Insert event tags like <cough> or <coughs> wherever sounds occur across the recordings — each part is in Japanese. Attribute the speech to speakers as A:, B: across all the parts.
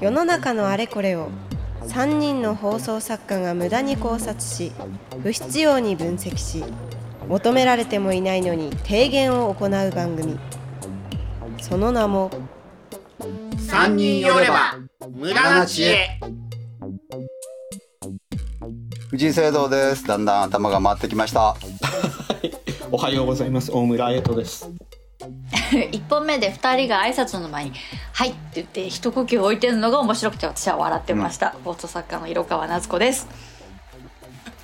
A: 世の中のあれこれを3人の放送作家が無駄に考察し不必要に分析し求められてもいないのに提言を行う番組その名も
B: 三人寄れば無駄な知恵
C: 藤井聖堂ですだんだん頭が回ってきました
D: おはようございます大村瑛斗です
E: <laughs> 一本目で二人が挨拶の前に「はい」って言って一呼吸置いてるのが面白くて私は笑ってました、放送作家の色川夏子です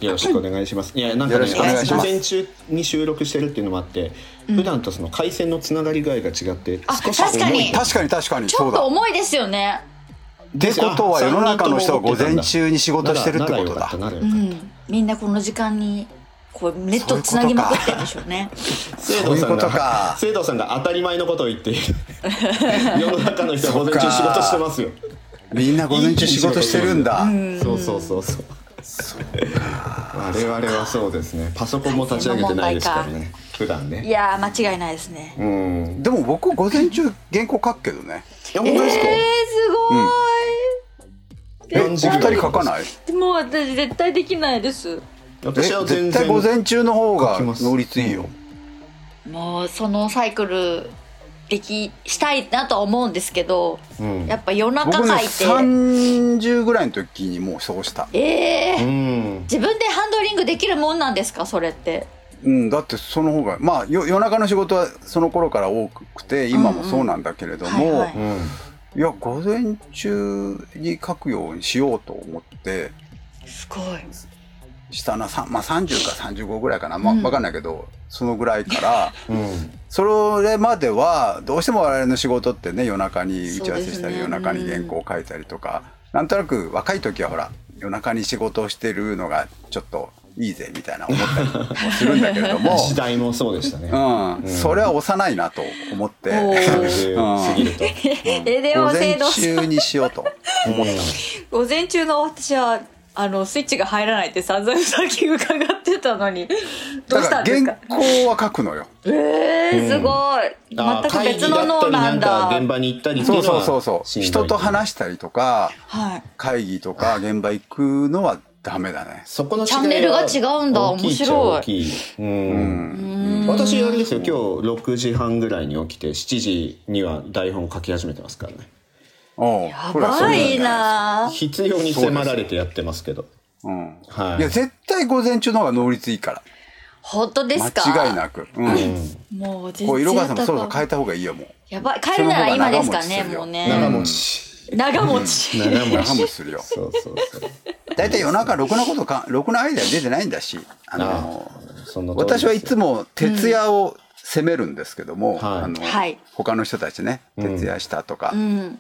D: よろしくお願いしますいやなんか
C: よろ
D: ね
C: しくお願いします
D: 午前中に収録してるっていうのもあって、普段とその回線のつながり具合が違って
E: あ
D: 少し
E: 確か
D: 重い
E: に
C: 確かに確かに
E: ち
C: そ
E: ょ
C: う
E: っと
C: だ
E: 重いですよね
C: ってことは
D: あ
C: 世の中の人は
D: 三人とも
C: 午
D: 思ってたんだ
C: 前中に仕事してるってことだ
D: ならならよ
E: う
D: かっ
E: んみんなこの時間にこうネットをつなぎまくってるんでしょうね
D: た生
C: そう
D: 徒さん
C: いうこと
D: が
C: か
D: 生徒さんが当たり前のことを言っている世の中の人は午前中仕事してますよ
C: みんな午前中仕事してるんだ
D: そうそうそうそう我々はそうですねパソコンも立ち上げてないですからね普段
E: い
D: ね
E: やー間違いないですね
D: うん
C: でも僕午前中原稿書くけどね
D: いや本当ですか、
E: すご
C: いえお
D: 何
C: 二
D: 時ぐらい
C: 人書かない
E: もう私絶対できないです
C: え
D: 私は全
C: 絶対
D: 然
C: 午前中の方
D: 書
C: が
D: きます
C: 能率いいよ
E: もうそのサイクルできしたいなとは思うんですけど、
D: うん
E: やっぱ夜中
C: 僕ね
E: 書いて
C: 30ぐらいの時にもうそうした
E: えー
D: うん
E: 自分でハンドリングできるもんなんですかそれって
C: うん、だってその方がまあよ夜中の仕事はその頃から多くて今もそうなんだけれども、
E: うんうんはいいはい
D: うん
C: や午前中に書くようにしようと思って
E: すごい
C: したな、さんまあ、30か35ぐらいかな、まあ
E: うん
C: わかんないけどそのぐらいから
D: うん
C: それまではどうしても我々の仕事ってね夜中に打ち合わせしたり、
E: そうですね
C: 夜中に原稿を書いたりとかなんとなく若い時はほら夜中に仕事をしてるのがちょっといいぜみたいな思ったりもするんだけれど
E: <laughs>
C: も。
D: 時代もそうでしたね、
C: うん、それは幼いなと思って、
E: お
C: 午
E: ー
D: 50過ぎると
E: えでも制
C: 前
E: 度
C: 中にしようと。
D: 思っ
E: 午前中の私はあのスイッチが入らないって散々さっき伺ってたのに <laughs> どう
C: だ
E: し
C: から
E: たんです
C: 原
E: か
C: 稿は書くのよ。
E: えー、すごい、全く別の脳なんだ
D: 現場に行ったりって
C: そ
D: い
C: うう
D: の
C: そ
D: は
C: うそうそう。人と話
D: し
C: したりとか、
E: はい
C: 会議とか現場行くのはダメだね。
D: そこの違いは
E: チャンネルが違うんだ
D: 大きいっちゃ大きいうん
E: うん
D: 私あれですよ今日6時半ぐらいに起きて7時には台本書き始めてますからね
C: おう
E: や
C: これはそう
E: ば
C: んだよ
E: いなー
D: 必要に迫られてやってますけど
C: うん。
D: はい
C: いや、絶対午前中の方が能率いいから。
E: 本当ですか
C: 間違いなく。うん。
E: もう全
C: こう、
E: 然
C: 色川さんもそろそ
E: やっ
C: ろ
E: たか
C: 変えた方がいいよ、もう。
E: やばい帰るなら今ですかね
C: その
E: もう
C: 方が長持ちするよ
D: 長持ち
E: ね長持ち
D: 長持
C: 長
D: ち
C: 持ちするよ。
D: そうそうそう
C: だいたい夜中、ろくなことか、ろくなアイデア出てないんだし、あの、
D: その通りです
C: 私はいつも徹夜を責めるんですけども、
D: はい
C: あの
E: はい
C: 他の人たちね
D: うん
C: 徹夜したとか、
E: うん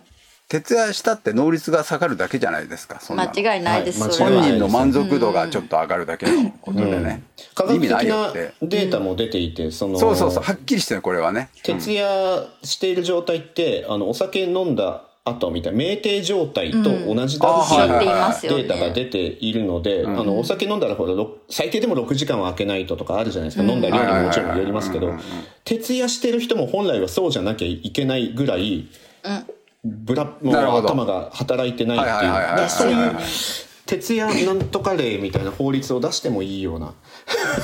C: 徹夜したって能率が下がるだけじゃないですかそんなの
E: 間違いないです、
D: はい
E: それ
C: 本
E: は
C: 人の満足度がちょっと上がるだけのことでね、
D: 科学
C: 意味
D: 的
C: ないよ
D: な
C: って、
D: データも出ていてその
C: そうそうそうはっきりしてるこれはね
D: 徹夜している状態ってあのお酒飲んだ後みたいな酩酊状態と同じだって
C: うんあーはい
D: い
C: はい
D: う
E: 言っています
D: デ
E: よ
D: ータが
E: ね
D: 出ているので、あのお酒飲んだらほらろ最低でも6時間は空けないととかあるじゃないですか、飲んだ量にももちろんよりますけ
C: はいは
D: ど
C: いはいはい
D: 徹夜してる人も本来はそうじゃなきゃいけないぐらい、ブラもう
C: なるほど
D: 頭が働いてないっ
C: はいはいはいはい
D: ていうそう
C: はい
D: い
C: は
D: う
C: いはい
D: 徹夜なんとか例みたいな法律を出してもいいような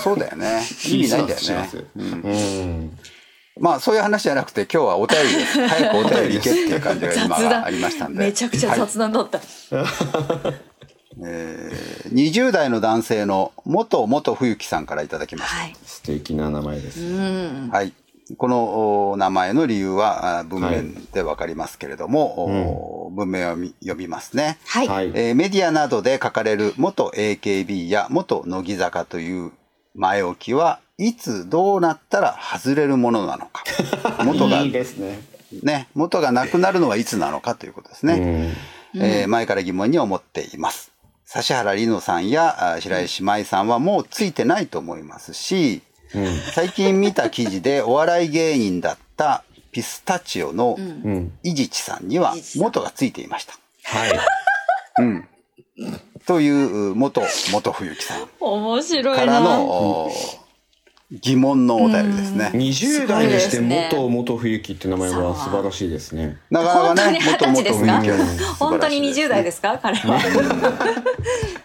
C: そうだよね意味ないんだよ
D: 気がしま
C: ね
D: すうん
C: まあそういう話じゃなくて今日はお便り
D: <laughs>
C: です早くお便り行けっていう感じが今はありましたんで
E: めちゃくちゃ雑談だった、
C: えー20代の男性の元元冬樹さんからいただきました
E: はい、
D: 素敵な名前です、
C: はい。このお名前の理由はあ文面でわかりますけれども、お文面を読み読みますね。
E: はい
D: はい
C: えーメディアなどで書かれる元 AKB や元乃木坂という前置きはいつどうなったら外れるものなの
D: <laughs>
C: か元が
D: いいですね
C: ね元がなくなるのはいつなのかということですね。えー前から疑問に思っています。指原莉乃さんやあ白石麻衣さんはもうついてないと思いますし、最近見た記事で <laughs> お笑い芸人だったピスタチオの伊地知さんには元がついていました。
D: はい
C: という元元冬樹さん
E: 面白
C: か
E: い
C: ら
E: な
C: のお疑問のお便りですね。
D: 20代にして
E: すごいですね
D: 元元冬樹って名前は素晴らしいですね。
C: なかな
E: 本
C: か
E: 当
C: ね
E: に、二
C: 元
E: 十歳です
C: 々
E: か
C: 雰囲気は素晴らしいですね
E: 本当に20代ですか彼は <laughs>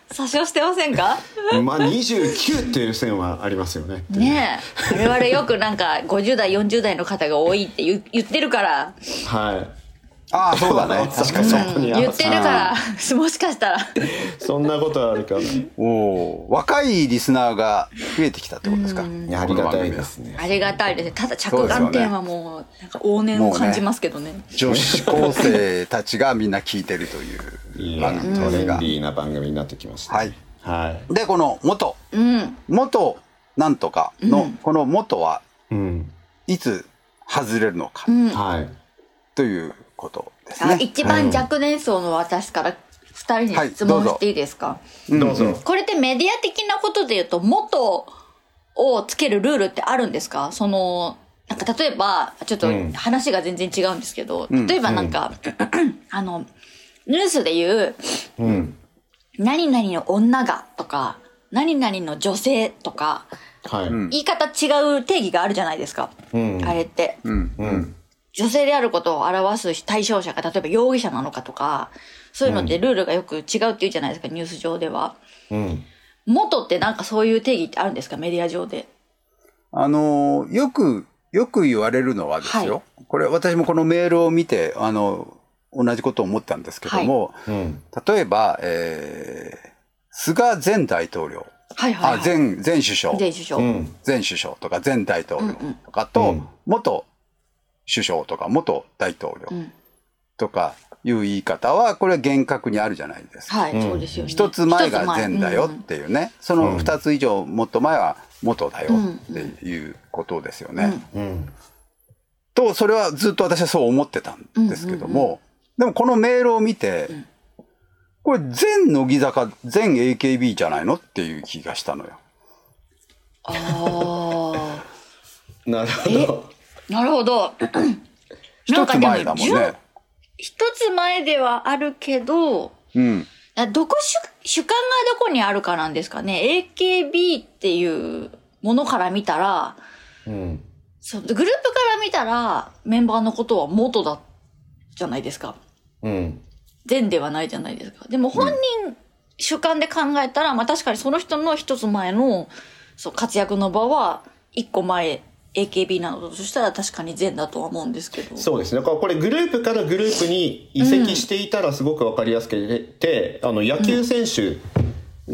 E: 詐称してませんか
D: まあ29っていう線はありますよね。
E: ねえ我々よくなんか50代40代の方が多いって言う言ってるから
D: は
C: ああ、そうだね。
D: い。
C: 確かにね。
D: そこに合
E: 言
D: わ
E: っ
D: せ
E: てるから <laughs> もしかしたら
D: そんなことあるかな。い
C: おおー、若いリスナーが増えてきたってことですか。
D: やありがたいですね。
E: ありがたいですねただ
C: そう
E: 着
C: ですよね
E: 眼点はもうなんか往年を感じますけどね
C: 女子高生たちがみんな聞いてるとい
D: いうい
C: 番組
D: ト
C: で
D: レ
C: す
D: ンデ
C: が。
D: ィーな番組になってきました。
C: はい。
D: はい。
C: で、この元、
E: うん
C: 元なんとかの、この元は
D: うん。
C: いつ外れるのか
E: うん
D: はい。
C: ということです
E: あ
C: ね。
E: 一番若年層の私から2人に質問していいですか、
D: どうぞ。
E: これってメディア的なことで言うと、元をつけるルールってあるんですかその、なんか例えば、ちょっと
D: うん
E: 話が全然違うんですけど、
C: うん
E: 例えばなんか、 <clears throat> あの、ニュースで言う、
D: うん。
E: 何々の女がとか、何々の女性とか、
D: はい。
C: ん
E: 言い方違う定義があるじゃないですか。
D: うん
E: あれって。
C: うん。
D: うん。
E: 女性であることを表す対象者が、例えば容疑者なのかとか、そういうのってルールがよく違うって言うじゃないですか、ニュース上では。
D: うん。
E: 元ってなんかそういう定義ってあるんですかメディア上で。
C: あのーよく、よく言われるのはですよ。
E: は
C: これ、私もこのメールを見て、あの、同じことを思ったんですけども、
D: うん。
C: 例えば、えー菅前大統領、
E: はいはい、はい。
C: あ、前、前首相、
E: 前首相。
D: うん。
C: 前首相とか前大統領とか
D: うん
C: と
D: うん、
C: 元首相とか元大統
E: う
C: 領
E: ん。
C: とかいう言い方は、これは厳格にあるじゃないですか。
E: はい、
D: うん
E: そうですよね。
C: 一つ前が前だよ
E: うん
C: っていうね、その二つ以上もっと前は元だよっていうことですよね。
E: うん
D: うん。
C: とそれはずっと私はそう思ってたんですけども、でもこのメールを見て、これ全乃木坂全 AKB じゃないのっていう気がしたのよ。
E: あ
C: <laughs>
E: あ
D: なるほど。
E: ー。なるほど。な
C: 一
E: んか
C: つ
E: で
C: 前だもんね。
E: 一つ前ではあるけど、
C: うん、
E: あどこ主主観がどこにあるかなんですかね。AKB っていうものから見たら、
D: うん。
E: そうグループから見たらメンバーのことは元だじゃないですか。
D: うん。
E: 善ではないじゃないですか。でも本人、主観で考えたら、まあ確かにその人の一つ前の、そう、活躍の場は、一個前、AKB なのだとしたら確かに善だとは思うんですけど。
D: そうですね。だからこれグループからグループに移籍していたらすごくわかりやすくて、あの野球選手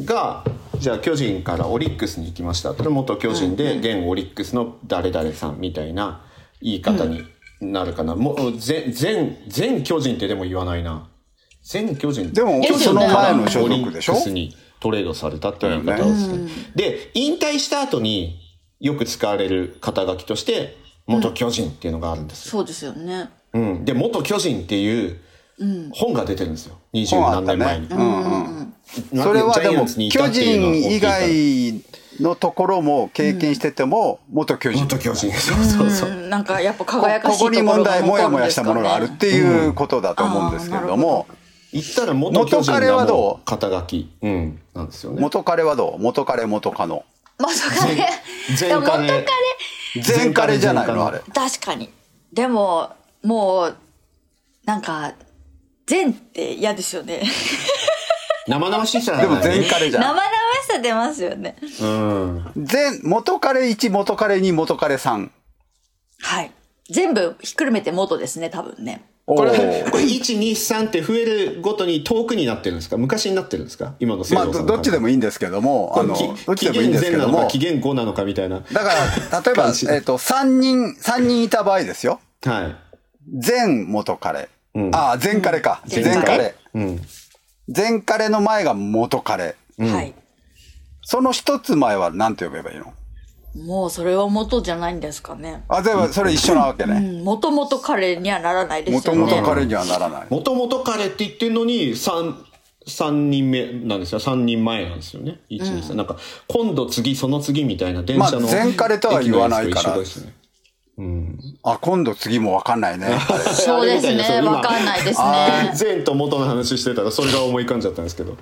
D: が、じゃあ巨人からオリックスに行きました。それ元巨人で、現オリックスの誰々さんみたいな言い方になるかな。もう、全、全、全巨人ってでも言わないな。全巨人
C: でも
E: ですよね
D: 巨人から
E: その前
C: の所属でしょ
D: オリックスにトレードされたっていう言い方をする。で、引退した後によく使われる肩書きとして、元巨人っていうのがあるんですよ
E: そうですよね。
D: うん、で「元巨人」っていう本が出てるんですよ二十何年前に、
C: 本あったねうんうん
D: な
C: それは
D: ジャ
C: で
D: イア
C: も
D: ンツにいた
C: 巨
D: っていうのは
C: 人
D: 大き
C: 以
D: いから
C: 外のところも経験してても元巨人。
D: 元巨人そうそうそう、
E: うん、なんかやっ
C: こ
E: ぱ輝かしい
C: ことこ
E: こ
C: に
E: ろが
C: 問題、も
E: 残
C: や
E: るん
C: もや
E: で
C: し
E: す
C: た
E: か
C: も
E: ね
C: のがあるっていうことだと思うんですけれども、
D: 言ったら元巨
C: 元
D: 人
C: 彼は
D: が
C: ど
D: も
C: う
D: う肩書き、うん、なんですよね
C: 元彼はどう元彼元カノ。
E: 元カレ。
D: 前
E: でも元カ
D: 前
E: レ
D: 彼、
C: 全彼じゃないのあれ。
E: 確かに。でも、もう、なんか、善って嫌ですよね。
D: 生々しいじゃない
C: でも全彼じゃない
E: 生々しさ出ますよね。
D: うん
C: 全、元彼1、元彼2、元彼3。
E: はい。全部ひっくるめて元ですね、多分ね。
C: お
D: これ
C: ー
D: これ123って増えるごとに遠くになってるんですか昔になってるんですか今の制
C: まあ、
D: 度さ
C: ど
D: んの
C: どっちでもいいんですけども、あの、
D: これ
C: どっ
D: き
C: ちでもいいんですけども
D: 期、限前なのか期限後なのかみたいな
C: だから、例えば、
D: 感じ
C: えっと、3人、三人いた場合ですよ。
D: はい
C: 全元彼。
D: うん
C: ああ、全彼か。
E: 全
C: 全
E: 彼
C: 彼。
D: うん
C: 全彼の前が元彼。
E: はい。
C: その一つ前は何て呼べばいいの
E: もうそれは元じゃないんですかね。
C: あ、でもそれ一緒なわけ
E: う
C: ね。
E: ん、もともと彼にはならないです
C: 元
E: よね。
C: 々彼にはならない。
D: もともと彼って言ってるのに、三、三人目なんですよ。三人前なんですよね。一、二、三。なんか、今度次、その次みたいな電
C: まあ
D: 車の。
C: 前彼とは言わないから
D: 駅のやつと一緒ですねうん
C: あ、今度次もわかんないね。
E: そうです
D: あれみたい
E: ね。
D: なそう今
E: わかんないです
C: あ
E: ね。
D: 前と元の話してたらそれが思い浮かんじゃったんですけど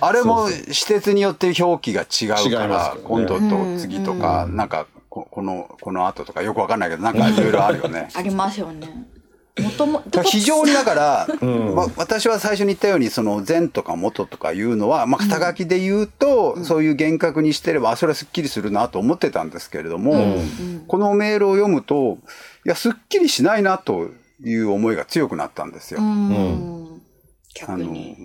C: あれも施設によって表記が違うか
D: 違いま
C: ら、
D: すよね
C: 今度と次とか、なんか、ここの、この後とかよくわかんないけど、なんかいろいろあるよ <laughs> ね。
E: ありますよね。もとも
C: だから非常にだから、
D: ん
C: わ私は最初に言ったように、その前とか元とかいうのは、まあ、肩書きで言うと、そういう厳格にしてれば、あそれはすっきりするなと思ってたんですけれども、このメールを読むと、いや、すっきりしないなという思いが強くなったんですよ。
E: うん。
C: あ
E: 逆
C: の
E: に。、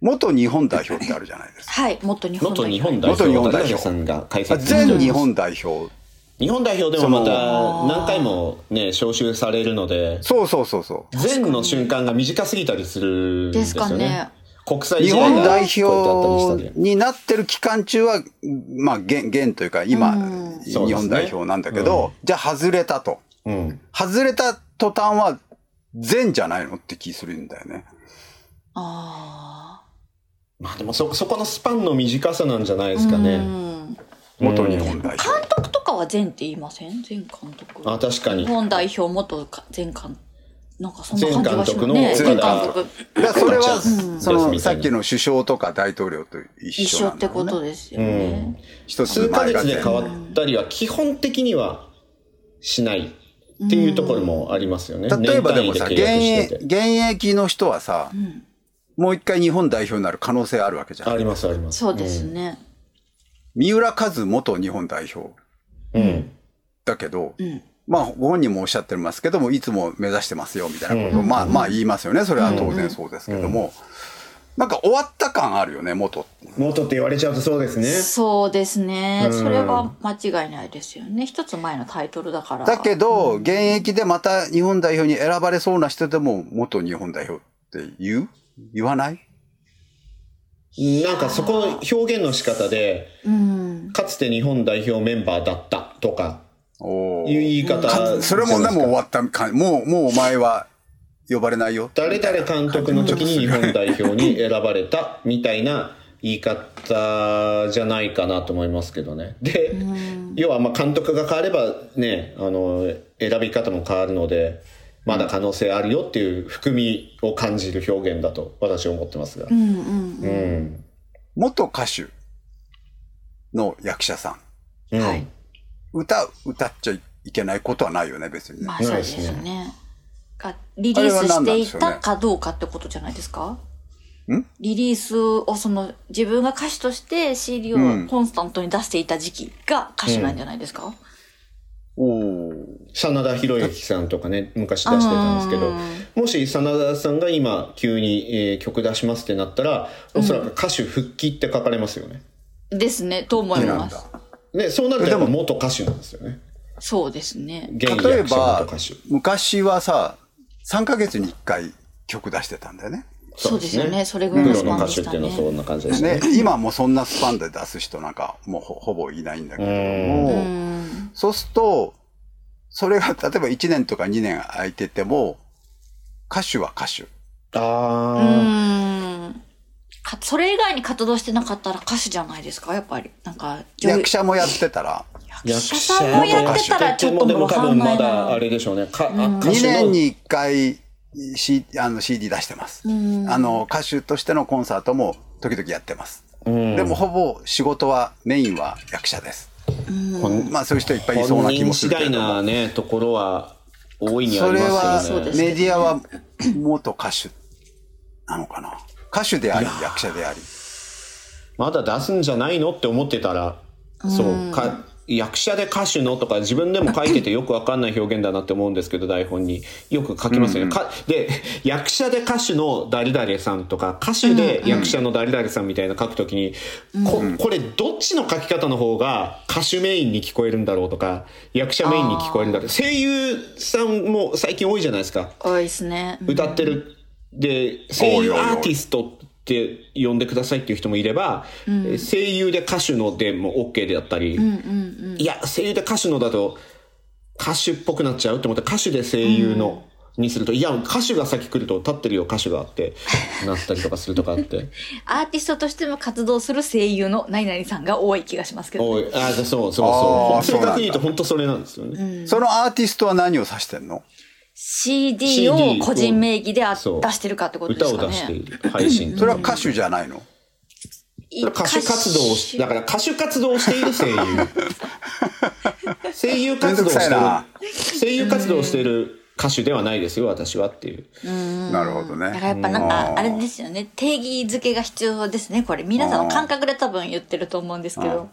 C: 元日本代表ってあるじゃないですか。
E: はい、もっと日本
D: 元
E: 代
D: 日
E: 表
D: 本代表
C: 元日本代表
D: 渡辺さんが解
C: あ
D: 説
C: 全日本代表。
D: 日本代表でもまた何回もね招集されるので
C: そうそうそうそう。
D: 前の瞬間が短すぎたりするんですよね
E: ですかね
D: 国際
C: 日
D: 試合
C: 本
D: が
C: 代
D: こうやってあったり
C: 表
D: したり
C: になってる期間中は、まあ、現、現というか、今、日
D: そうです
C: 本
D: ね
C: 代表なんだけど、じゃあ外れたと。
D: うん
C: 外れた途端は、善じゃないのって気するんだよね。
E: あ
D: まあでもそそこのスパンの短さなんじゃない
E: あ。
D: ですかね、
E: うん
C: 元日本代表。
E: 監督とかは前って言いません前監督。
D: あ確か
E: 日
D: に
E: 本代表元か前監なんかそんな感じがします
D: 前
E: ね。
C: 監督
E: 前
C: の
E: 監督
C: だからそれは、
D: うん
C: そ
D: うん
C: の、さっきの首相とか大統領と一
E: 一
C: 緒
E: 緒
C: な
E: っ
C: んだ
E: て
C: よ
E: こ
C: ね。
E: とですよね。
C: 一つ
D: 数ヶ
C: 前が
D: 月で
C: 善
D: 変わったりは基本的にはしないっていうところもありますよね、
C: 例えばでもさ、現
D: 年単位で契約して
C: 役
D: て
C: 現役の人はさ、もう一回日本代表になる可能性あるわけじゃん
D: あ。りますあります
E: そうですね。
C: 三浦和元日本代表
D: うん
C: だけど、まあご本人もおっしゃってますけどもいつも目指してますよみたいなことを、まあまあ言いますよねそれは当然そうですけども、なんか終わった感あるよね元って
D: 元って言われちゃうとそうですね
E: そうですね。
D: うん
E: それは間違いないですよね。一つ前のタイトルだから。
C: だけど現役でまた日本代表に選ばれそうな人でも元日本代表って言う言わない
D: なんかそこの表現の仕方で
E: うん。
D: かつて日本代表メンバーだったとか
C: おー
D: いう言い方
C: それもでも終わった感もうもうお前は呼ばれないよ
D: 誰々監督の時に日本代表に選ばれたみたいな言い方じゃないかなと思いますけどね。で、要はまあ監督が変わればね、あの、選び方も変わるので、まだ可能性あるよっていう含みを感じる表現だと私は思ってますが。うんうん
C: 元歌手の役者さん
D: うん。
E: はい。
C: 歌歌っちゃいけないことはないよね別にね、
E: まあそうです
D: ないです
E: ね。がリリースしていたかどうかってことじゃないですか
C: ん
E: リリースをその自分が歌手として CD を
C: うん
E: コンスタントに出していた時期が歌手なんじゃないですか、
C: おー
D: 真田広之さんとかね、昔出してたんですけど、もし真田さんが今急に、えー曲出しますってなったら、おそらく歌手復帰って書かれますよね。
E: ですね、と思い
C: なん
E: ま
C: だ
E: す。
D: ね、そうなるとやっぱ元歌手なんですよね。
E: そうですね。
D: 現役
C: 例え
D: 役者元
C: ば
D: 歌手。
C: 昔はさ3ヶ月に1回曲出してたんだよね
E: そうですよね。それぐらい
D: プ
E: の
D: ロ
E: ス
D: の
E: パン
D: 歌手
E: でし
D: ったていうのはそ
E: ね。
D: んな感じですね。
C: ね今もうそんなスパンで出す人なんかもうほほぼいないんだけれど
E: う
C: も
E: ん
C: そうするとそれが例えば1年とか2年空いてても歌手は歌手
D: あ
E: うんかそれ以外に活動してなかったら歌手じゃないですかやっぱり。なんか、
C: 役者もやってたら
D: ー
E: 役者さんもやってたらちょっともうわかんない
D: でも多分まだ
E: な
D: あ。れでしょうね。かあ歌
C: 2
D: 手の
C: 年に1回、C、あの CD 出してます、あの歌手としてのコンサートも時々やってます、
D: ん
C: でもほぼ仕事はメインは役者です、
D: 本
C: まあそういう人いっぱいいそう
D: 本
C: な気
D: 人
C: もす
D: 次
C: るけ
D: 第
C: れども
D: なね、ところは大いにあ
C: そ
D: り
C: れ
D: ま
C: は
D: すよね。
C: メディアは元歌手なのかな歌手であり役者であり
D: まだ出すんじゃないのって思ってたら、そう、か役者で歌手のとか自分でも書いててよくわかんない表現だなって思うんですけど台本によく書きますよね、かで役者で歌手の誰々さんとか歌手で役者の誰々さんみたいな書くときに、ここれどっちの書き方の方が歌手メインに聞こえるんだろうとか役者メインに聞こえるんだろう声優さんも最近多いじゃないですか
E: 多いですね。うん
D: 歌ってる、で声
C: おいおい
D: 優
C: おい
D: アーティストって呼んでくださいっていう人もいれば、えー声優で歌手のでも OK であったり、いや声優で歌手のだと歌手っぽくなっちゃうって思って歌手で声優の、にするといや歌手が先来ると立ってるよ歌手があってなったりとかするとかあって <laughs>
E: アーティストとしても活動する声優の何々さんが多い気がしますけど、
D: おいあそうそう
C: あ
D: そ
C: ー
D: う正
C: そうなんだ
D: 確に言うと本当それなんですよね、
C: そのアーティストは何を指してんの
E: CD を
D: CD
E: 個人名義であ出
D: そう
E: してるかってことで
D: 歌
E: す
D: を
E: か
D: 出して
E: ね
D: いる配信
C: そ
D: と
C: れ
D: か
C: は歌手じゃないの
E: い
D: それは歌手活動をしだから歌手活動をしている声優声優
C: めんど
D: 活動
C: く
D: を
C: さいな
D: してる声優活動をしている歌手ではないですよ私はっていう
C: なるほどね
E: だからやっぱなんか、あれですよね。定義づけが必要ですね、これ。皆さんの感覚で多分言ってると思うんですけど。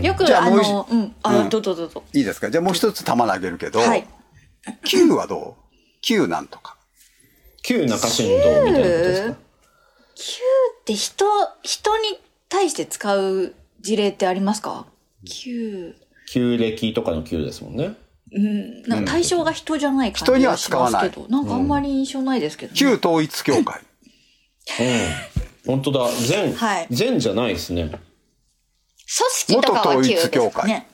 E: よく、
C: じゃあ
E: あ
C: もう一
E: の、うん、あ、どうぞどうぞ。
C: いいですかじゃあもう一つ玉投げるけど、
E: はい。
C: Q はどう ?Q なんとか。
D: 旧中新道みたいなことですか
E: で、人、人に対して使う事例ってありますか ?9。
D: 旧暦とかの旧ですもんね
E: なんか対象が人じゃない感じがしますけど。なんかあんまり印象ないですけどね。
C: 旧統一教会。
D: うん本当だ全、
E: はい
D: 全じゃないですね
E: 組織とかは9
C: 元統
E: で
C: 一
E: す
C: 教
E: か
C: 会
E: ね。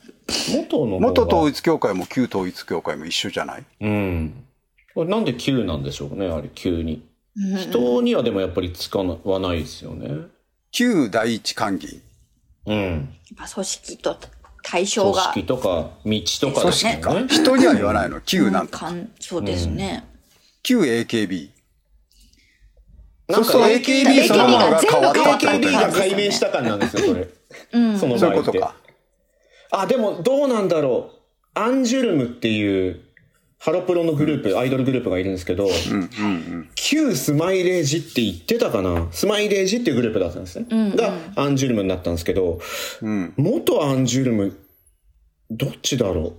D: 元の方が
C: 元統一教会も旧統一教会も一緒じゃない
D: うんこれなんで旧なんでしょうねあれ急に人にはでもやっぱり使わないですよね
C: 旧第一関議。
D: うん
E: やっぱ組織と対象
D: 組
E: が。
D: 織とか道とかで
E: そうですす
D: も
E: ね
D: んね
C: 人には言わないの。旧なんとか。
E: かんそうですね。
C: 旧 AKB。
D: なんか
C: そうすると AKB
E: そのものが変わったってこと
D: AKB が
E: なんですよね
D: 解明した感なんですよそれ、その場合って
C: そういうことか。
D: あでもどうなんだろうアンジュルムっていうハロプロのグループ、アイドルグループがいるんですけど、旧スマイレージって言ってたかなスマイレージっていうグループだったんですね。が、アンジュルムになったんですけど、
C: うん。
D: 元アンジュルム、どっちだろう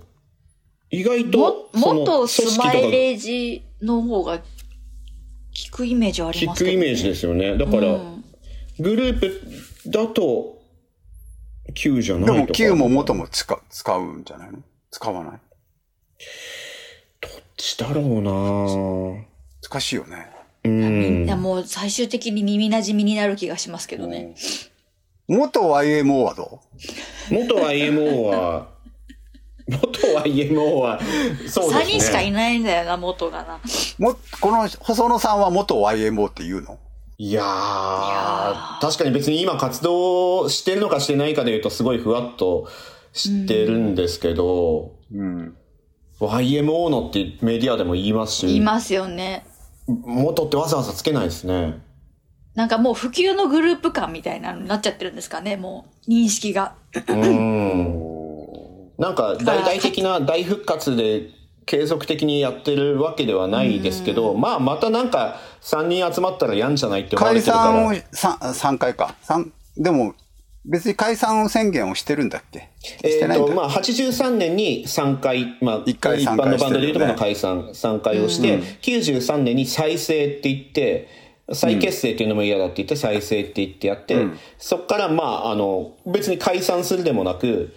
D: 意外
E: も
D: と、その
E: 元スマイ
D: 組
E: レージの方が聞くイメージあり
D: 織と
E: ま
D: か
E: す
D: 聞く
E: け
D: イ
E: ど、ね、
D: メージですよね。だから、
E: うん
D: グループだと、旧じゃない
C: で
D: とか。
C: も旧も元も使使うんじゃないの使わない
D: どっちだろうなぁ
C: 難しいよね。
D: うん
E: いや。もう最終的に耳なじみになる気がしますけどね。
C: 元 YMO はど
D: 元 IMO は、元 IMO は、そう
E: 3
D: で
E: 人し
D: す
E: か
D: ね。
E: いないんだよな、元がな。
C: うも、この細野さんは元 YMO って言うの
D: いやー、確かに別に今活動してるのかしてないかで言うとすごいふわっとしてるんですけど、
C: うん。
D: YMO のってメディアでも言いますし、
E: いますよね。
D: 元ってわざわざつけないですね。
E: なんかもう普及のグループ感みたいなのになっちゃってるんですかね、もう認識が。
D: うん。なんか大々的な大復活で継続的にやってるわけではないですけど、まあまたなんか3人集まったらやんじゃないって思われ
C: 解
D: てるから。
C: 散を三3回か。三でも、別に解散宣言をしてるんだっけし
D: え
C: て
D: っ
C: ないんだ
D: と
C: っけ
D: まあ、83年に3回、まあ、
C: 一回
D: 一
C: 参
D: 般
C: 加し
D: の
C: て
D: バン
C: るよね
D: ドでいうとこの解散、3回をして、93年に再生って言って、再結成っていうのも嫌だって言って、再生って言ってやって、そっから、まあ、あの、別に解散するでもなく、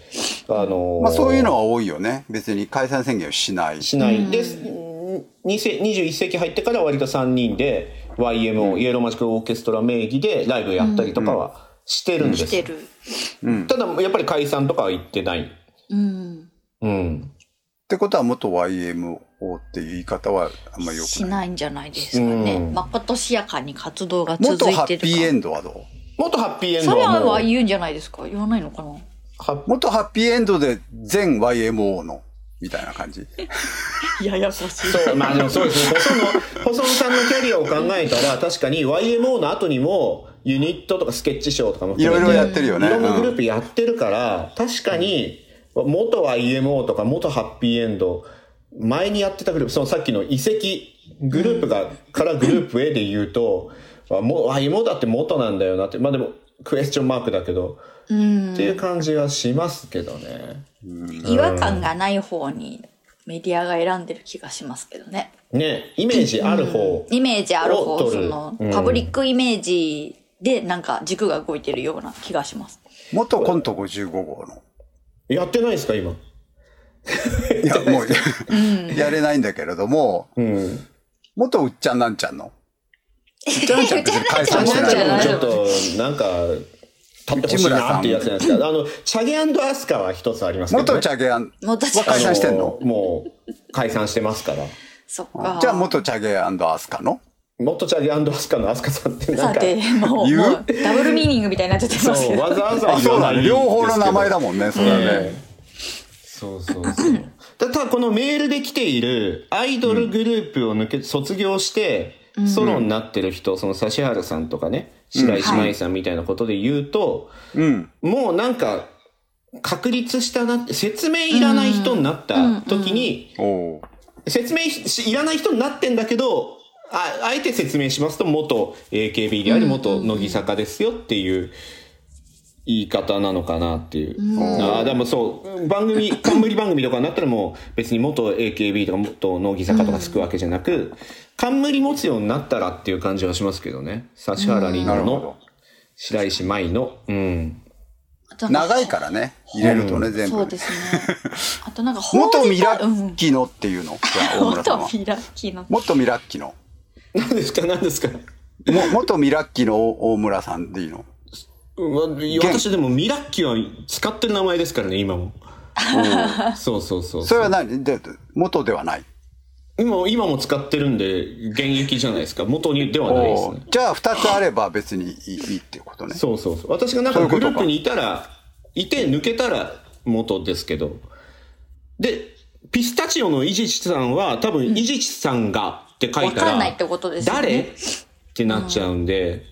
D: あの、
C: まあそういうのは多いよね。別に解散宣言をしない。
D: しない。で、うん21世紀入ってから割と3人で YMO、イエローマジックオーケストラ名義でライブやったりとかはしてるんです
E: 来てる。
D: ただ、やっぱり解散とかは言ってない。
E: うん。
D: うん。
C: ってことは元 YMO っていう言い方はあんまり良く
E: し
C: ない。
E: ないんじゃないですかね。
D: うん
E: まことしやかに活動が続い
C: 元
E: てるか。
C: ハッピーエンドはどう
D: 元ハッピーエン
E: そ
D: ド
E: れ
D: はもう
E: は言うんじゃないですか言わないのかな
D: ハッ
C: 元ハッピーエンドで全 YMO のみたいな感じ。
E: ややこしい。
D: そう、まあでもそうですね。細野、細野さんのキャリアを考えたら、確かに YMO の後にも、ユニットとかスケッチショーとかも
C: いろい
D: 含め
C: ろ
D: て
C: やってるよね。
D: いろんなグル
C: うん
D: ープやってるから、確かに、元 YMO とか元ハッピーエンド、前にやってたグループ、そのさっきの遺跡、グループが、からグループへで言うと、あもう YMO だって元なんだよなって、まあでも、クエスチョンマークだけど、っていう感じはしますけどね。
E: 違和感がない方にメディアが選んでる気がしますけどね。
D: ね、イメージある方。
E: イメージある方、
D: を
E: そ
D: 取る
E: の
D: うん、
E: パブリックイメージでなんか軸が動いてるような気がします。
C: 元コント55号の。
D: やってないですか、今。
C: いや、もう、やれないんだけれども、
D: うん。
C: 元うっちゃんなんちゃんの。うっちゃんなんちゃんって別に解
D: あ
C: 散
D: な
C: して
D: んちゃん
C: な
D: も
C: い
D: ち
C: よ
D: ょっと、なんか、立ってほしいなっていうやつじゃないですか。あの、チャゲアスカは一つありますけど、ね。
C: 元チャゲアン。
E: もう確
C: わか
E: か
C: 解
E: に
C: る散してんの
D: あもう、解散してますから。
E: そっか。
C: じゃあ、元チャゲアスカの
D: 元チャゲ飛鳥の飛鳥さんってな
E: さ
D: んか
E: て、もう、
C: 言う
E: もうダブルミーニングみたいになっちゃってますけ
D: そ
C: <laughs>
D: う
E: ど。
D: わざわざ
C: あ、
D: は言
C: そう
D: わな
C: だね。
D: いんですけど
C: 両方の名前だもんね、それはね。
D: そうそうそうただこのメールで来ているアイドルグループを抜け、卒業してソロになってる人その指原さんとかね白石麻衣さんみたいなことで言うと、
C: うん。
D: もうなんか確立したなって説明いらない人になった時に、
C: おう
D: 説明しいらない人になってんだけどああえて説明しますと元 AKB であり元乃木坂ですよっていう言い方なのかなっていう、ああでもそう
C: <coughs>
D: 番組冠番組とかになったらもう別に元 AKB とか元乃木坂とかつくわけじゃなく、冠持つようになったらっていう感じはしますけどね指原莉
C: なる
D: 乃
C: ほ
D: の
C: ど
D: 白石麻衣のうん
E: あとなんか
C: 長いからね、入れるとね、全
E: そう
C: 部
E: で。すね。あとなんか、
C: 元ミラ
E: う
C: ッ
E: ん。
C: キのっていうのじゃあ、大村さんは
E: 元。ミラッキの。
C: 元ミラッキの。
D: 何ですか何ですか
C: も元ミラッキの大大村さんでいいの
D: うんわ私でもミラッキは使ってる名前ですからね
C: <laughs>
D: 今もそうそうそう
C: それは何で元ではない。
D: 今今も使ってるんで現役じゃないですか元にではないです
C: おう
D: ね
C: じゃあ、二つあれば別にいいいいっていうことね。
D: そうそうそう私がなん
C: そうい
D: か
C: うこ
D: グ
C: と
D: ル
C: か
D: ープにいたらいて抜けたら元ですけどでピスタチオの伊地知さんは多分伊地知さんがって書い
E: わ
D: たら、
E: かんないってことですよ
D: 誰っ
E: ね。
D: てなっちゃうんで、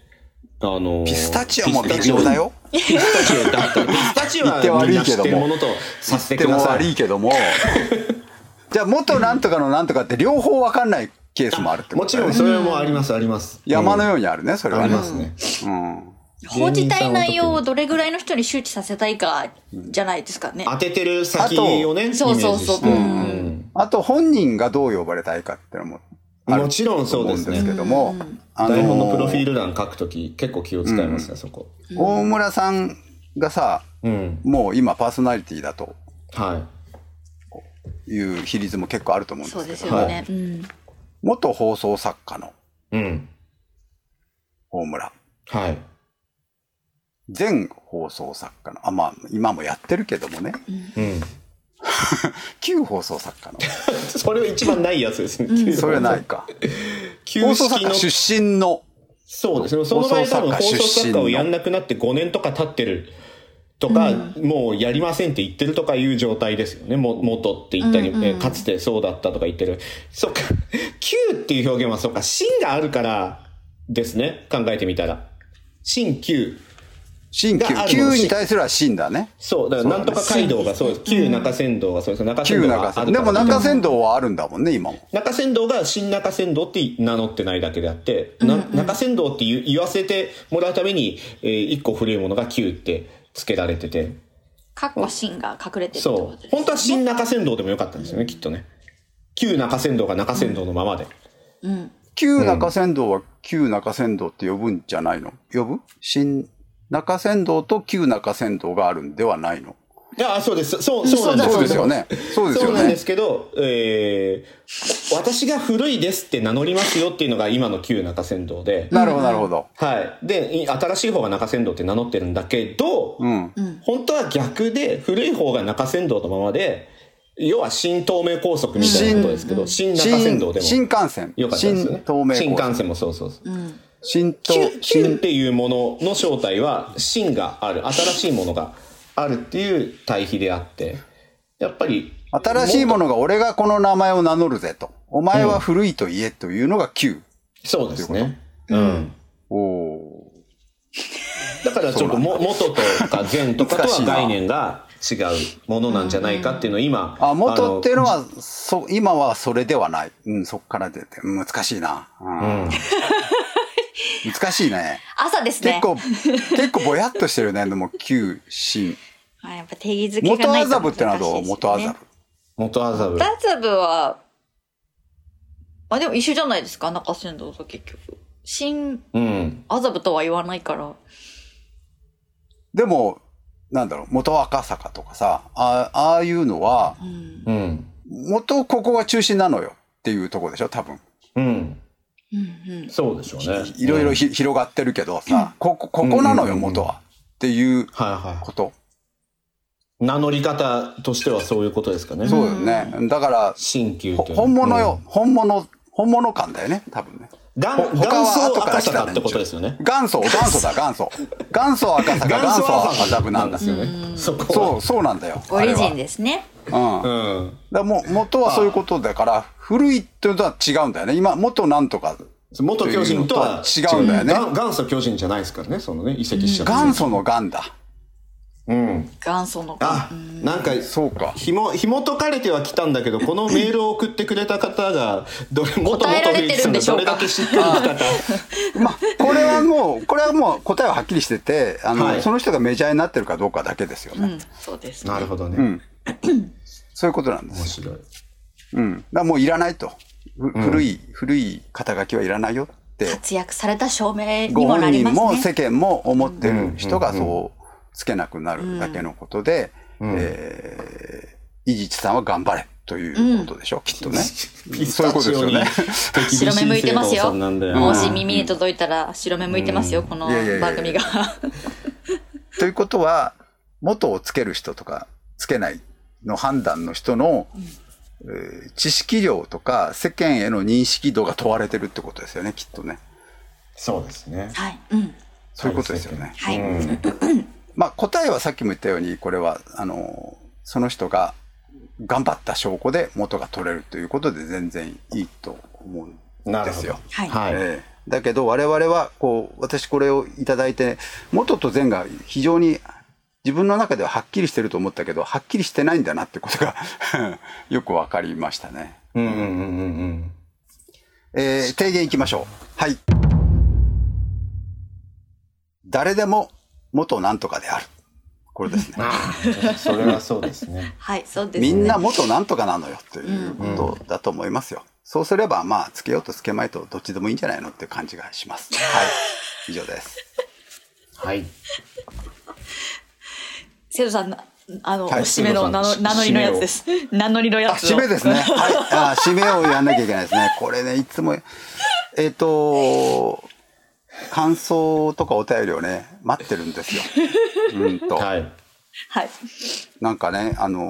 D: あのー
C: ピスタチオも微妙だよ。
D: ピスタチオ
C: <laughs>
D: だったピスタチオ
C: 言って
D: は
C: 悪
D: みん
C: い
D: な
C: け
D: 知
C: ども
D: ってるものとさせて
C: で
D: くだ
C: も
D: さい
C: 悪いけど
D: <laughs>
C: も。じゃあ、元なんとかのなんとかって両方わかんないケースもあるってこ
D: も
C: と
D: ち
C: だよ
D: ろ
C: ね
D: んそれもありますあります。
C: 山の
D: よ
C: ようにあるね、それ
D: うに
C: は
D: あり
C: ね。
D: ますね。
C: うん。
E: 報じたい内容をどれぐらいの人に周知させたいか、じゃないですかね。
D: 当ててる先をね、イメージして
E: そうそうそう。う
D: うん
E: ん。
C: あと、本人がどう呼ばれたいかっていうのもある
D: もちろん
C: と
D: そう
C: 思
D: で
C: うん
D: す
C: ですけ
D: ね。
C: ども、あ
D: 台本のプロフィー
C: ル。
D: ル欄書くとき結構気を使いますね、そこ。
C: 大村さんがさ、
D: うん。
C: もう今パーソナリティだと
D: は
C: いう比率も結構あると思うんで
E: そう
C: す
E: です
C: けど
E: よ
C: も、
E: ね。うん。
C: 元放送作家の
D: い。うん。
C: 大村、
D: はい。
C: 前放送作家の、あ、まあ、今もやってるけどもね、
D: うん。
C: 旧放送作家の、
D: それは一番ないやつですね。
C: それはない。か。
D: 旧
C: 放送作
D: 式
C: 家
D: の。
C: 出身の、
D: そうですね。その場合多
C: 放送作
D: 分放
C: 家
D: 送
C: 出
D: 作
C: 身
D: 家
C: の
D: をやんなくなって5年とか経ってる。とか、もうやりませんって言ってるとかいう状態ですよね。も、元って言ったり、えかつてそうだったとか言ってる。そっか、旧っていう表現はそっか、新があるからですね。考えてみたら。新旧。
C: 新旧
D: があ、るの
C: 旧に対するは新だね。
D: そう、だからなんとか街道がそうです。旧中山道がそうです。中
C: 旧
D: 山道がある
C: 中
D: から
C: 山。でも中山道はあるんだもんね、今も。
D: 中山道が新中山道って名乗ってないだけであって、な中山道って言う言わせてもらうために、えー一個古いものが旧って付けられてて、
E: かっこ芯が隠れてるってこ
D: そ
E: と
D: う
E: で。す。
D: 本当は新中山道でもよかったんですよね、きっとね。旧中山道が中山道のままで。
C: 旧中山道は旧中山道って呼ぶんじゃないの呼ぶ新中山道と旧中山道があるんではないの
D: いや、そうです。そう、そうなんです
C: そうですよね。そうです
D: そ
C: よ
D: うなん
C: ね
D: で。すけど、えー私が古いですって名乗りますよっていうのが今の旧中山道で、
C: なるほど、なるほど。
D: はい。で、い新しい方が中山道って名乗ってるんだけど、
C: うん。
D: 本当は逆で、古い方が中山道のままで、要は新東名高速みたいなことですけど、新中山
C: 新
D: 道でも。
C: 新幹線
D: よか。ったですよ
C: 新
D: ね。
C: 東名
D: 新
C: 高
D: 幹
C: 速。
D: 線もそうそうそう。
C: 新
D: 旧
C: 東、
D: 旧っ
C: 新、
D: ていうものの正体は新がある新しいものがあるっていう対比であってやっぱり
C: 新しいも
D: の
C: のが俺がこの名前を名乗るぜと。お前は古いと言えというのが旧。
D: そうですねうん
C: おおー。
D: だからちょっとも元とか前とかと
C: 難しい
D: は
C: な
D: 概念が違うものなんじゃないかっていうのを今
C: あ、元っていう
D: の
C: のは、そ、今はそれではない。うん、そっから出て。難しいな。うん。難しいね。
E: 朝です
C: 結
E: ね。
C: 構、結構ぼやっとしてるね。でも、旧、新。
E: はいやっぱ定義づけが
C: 元
E: ないと
C: 麻布
E: 難
C: っ
E: しい
C: てのは
E: です
C: ど
E: よ
C: う
E: ね
C: 元麻布。
D: 元麻布
E: 元麻布は、あ、でも一緒じゃないですか、中山道と結局。新
D: うん
E: 麻布とは言わないから。
C: でも、なんだろう、元赤坂とかさ、あああいうのは、
D: うん
C: 元ここが中心なのよっていうとこでしょ、多分。
D: うん
E: うん
D: そうでしょうね
C: いろいろひ広がってるけどさ、ここ、ここなのよ、
D: うん
C: 元は。っていう
D: はいは
C: こと。
D: い名乗り方としてはそういうことですかね。
C: そうよね。だから、
D: 新旧
C: ほ
D: というのは
C: 本物よ。本物、本物感だよね、多分ね。
D: 元
C: ほ
D: 元祖赤坂ってことですよね。
C: 元祖、元祖だ、元祖。元祖赤坂、元祖麻布なんですよ。
D: ね。そこは
C: そう、そうなんだよ。
E: オリジン
C: で。
E: ですね。
C: うん。だか
D: うん。
C: らもう、元はそういうことだから、古いっていうのとは違うんだよね。今、元なんとか。
D: 元巨人とは
C: 違うんだよね
D: 元元祖巨人じゃないですからね、そのね、移籍した。
C: 元。祖の元だ。
D: うん。
E: 元祖の。
D: あ、なんか、
C: そうか。
D: 紐、紐解かれてはきたんだけど、このメールを送ってくれた
C: <laughs>
D: 方が、どれ、元
E: 答えられてるんでしょうか
D: 元々藤井さんがどれだけ知ってるか
C: まあ、これはもう、これはもう答えははっきりしてて、あの、
D: はい
C: その人がメジャーになってるかどうかだけですよ
E: う
C: ね。
E: ん、そうです。
D: <laughs> なるほど
C: うん。
D: ね。
C: そういうことなんです
D: 面
C: よ。
D: 白い。
C: うん。だからもういらないと。ふ古い、古い肩書きはいらないよって、
E: 活躍された証明に
C: ご
E: もな
C: 本
E: り
C: 人も
E: ますね。
C: 世間も思ってる人がそうつけなくなるだけのことで、えー、伊地知さんは頑張れということでしょう、きっとね。
D: ピス
C: そういう
D: タ
C: こと
D: チ
C: です
D: オ
C: よ
D: に
C: ね。
E: 白目向いてま
D: 厳し
E: すよ。
D: い制度なんだよ
E: もし耳に届いたら白目向いてますよ、この
C: いやいやいやいや <laughs>
E: 番組が。
C: ということは、元をつける人とか、つけないの判断の人の、えー知識量とか世間への認識度が問われてるってことですよね、きっとね。
D: そうですね。
E: はい。うん。
C: そういうことですよね。
E: はい。
D: うん
C: まあ答えはさっきも言ったように、これは、あの、その人が頑張った証拠で元が取れるということで全然いいと思うん
D: なる
C: で
D: ほ
C: す
D: ど
C: よ。。
E: はい
D: はい。
C: ええだけど我々はこう私これをいただいて元と善が非常に自分の中でははっきりしてると思ったけどはっきりしてないんだなってことが <laughs> よく分かりましたね。
D: うんうんうんうんうん。
C: えー提言いきましょう。はい。誰でも元なんとかである。これですね。
D: ああ、それはそうです
C: <laughs>
D: ね。
E: はい、そうですね。
C: みんな元なんとかなのよということだと思いますよ。そうすればまあつけようとつけまいとどっちでもいいんじゃないのって感じがします。はい。以上です。
D: はい。
E: セドさんな、あの、
C: はい
E: お締めの
D: セド
E: 名の
D: さん
E: 名乗りのやつです。名乗りのや
C: あ
E: つを。
C: 締めですね。はい。あ締めをやんなきゃいけないですね。これね、いつも、えっ、と、感想とかお便りをね、待ってるんですよ。うんと。
D: はい。
E: はい。
C: なんかね、あの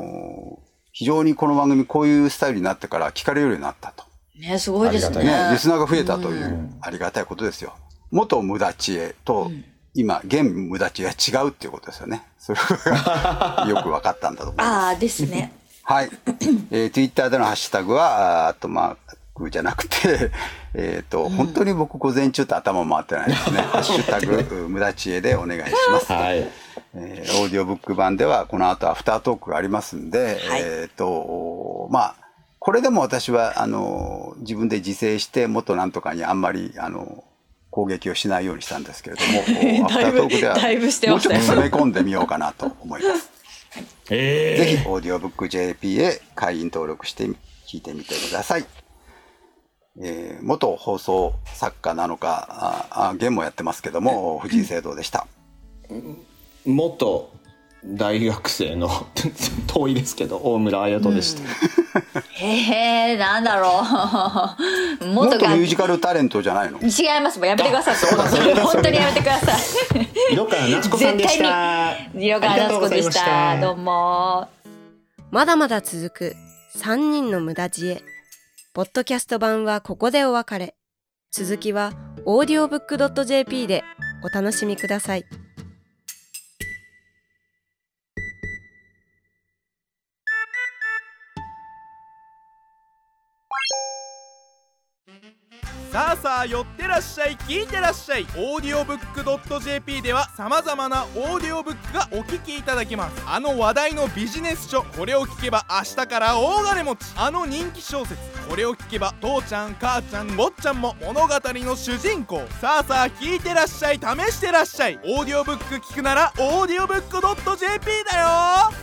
C: ー非常にこの番組こういうスタイルになってから聞かれるようになったと。
E: ね、すごいですね。
D: ありが
C: ね、リスナーが増えたという、ありがたいことですよ。元無駄知恵と、今、現無駄知恵は違うっていうことですよね。それが <laughs> よく分かったんだと思います。
E: ああ、ですね。
C: はい。えー、Twitter でのハッシュタグは、あーあとまあ、じゃなくて、 <laughs> えっ、と、本当に僕午前中と頭回ってないですね。ハッシュタグ、無駄知恵でお願いします。
D: はい。
C: えーオーディオブック版では、この後アフタートークがありますんで、
E: はい、
C: えっ、と、まあ、これでも私は、あの、自分で自制して、元なんとかにあんまり、あの、攻撃をしないようにしたんですけれどもア
E: <laughs>
C: フタートークでは、
E: だいぶして
C: も
E: ま
C: う
E: し
C: ちょ
E: た
C: っ
E: よ
C: と攻め込んでみようかなと思います。
D: え
C: ぜひ、オーディオブック JP へ会員登録して聞いてみてください。えー元放送作家なのか、ああ、現もやってますけども、藤井聖堂でした。
D: え元大学生の遠いですけど、大村彩斗でした。
E: へえ、なんだろう。もっと
C: 元
E: が
C: ミュージカルタレントじゃないの
E: 違います。もうやめてください。本当にやめてください。
D: 色川夏子さんでした。
E: 色川夏子でした。どうも。
A: まだまだ続く3人の無駄知恵。ポッドキャスト版はここでお別れ。続きは audiobook.jp でお楽しみください。
F: さあさあ寄ってらっしゃい聞いてらっしゃいオーディオブックドット JP では様々なオーディオブックがお聞きいただけますあの話題のビジネス書これを聞けば明日から大金持ちあの人気小説これを聞けば父ちゃん母ちゃん坊ちゃんも物語の主人公さあさあ聞いてらっしゃい試してらっしゃいオーディオブック聞くならオーディオブックドット JP だよ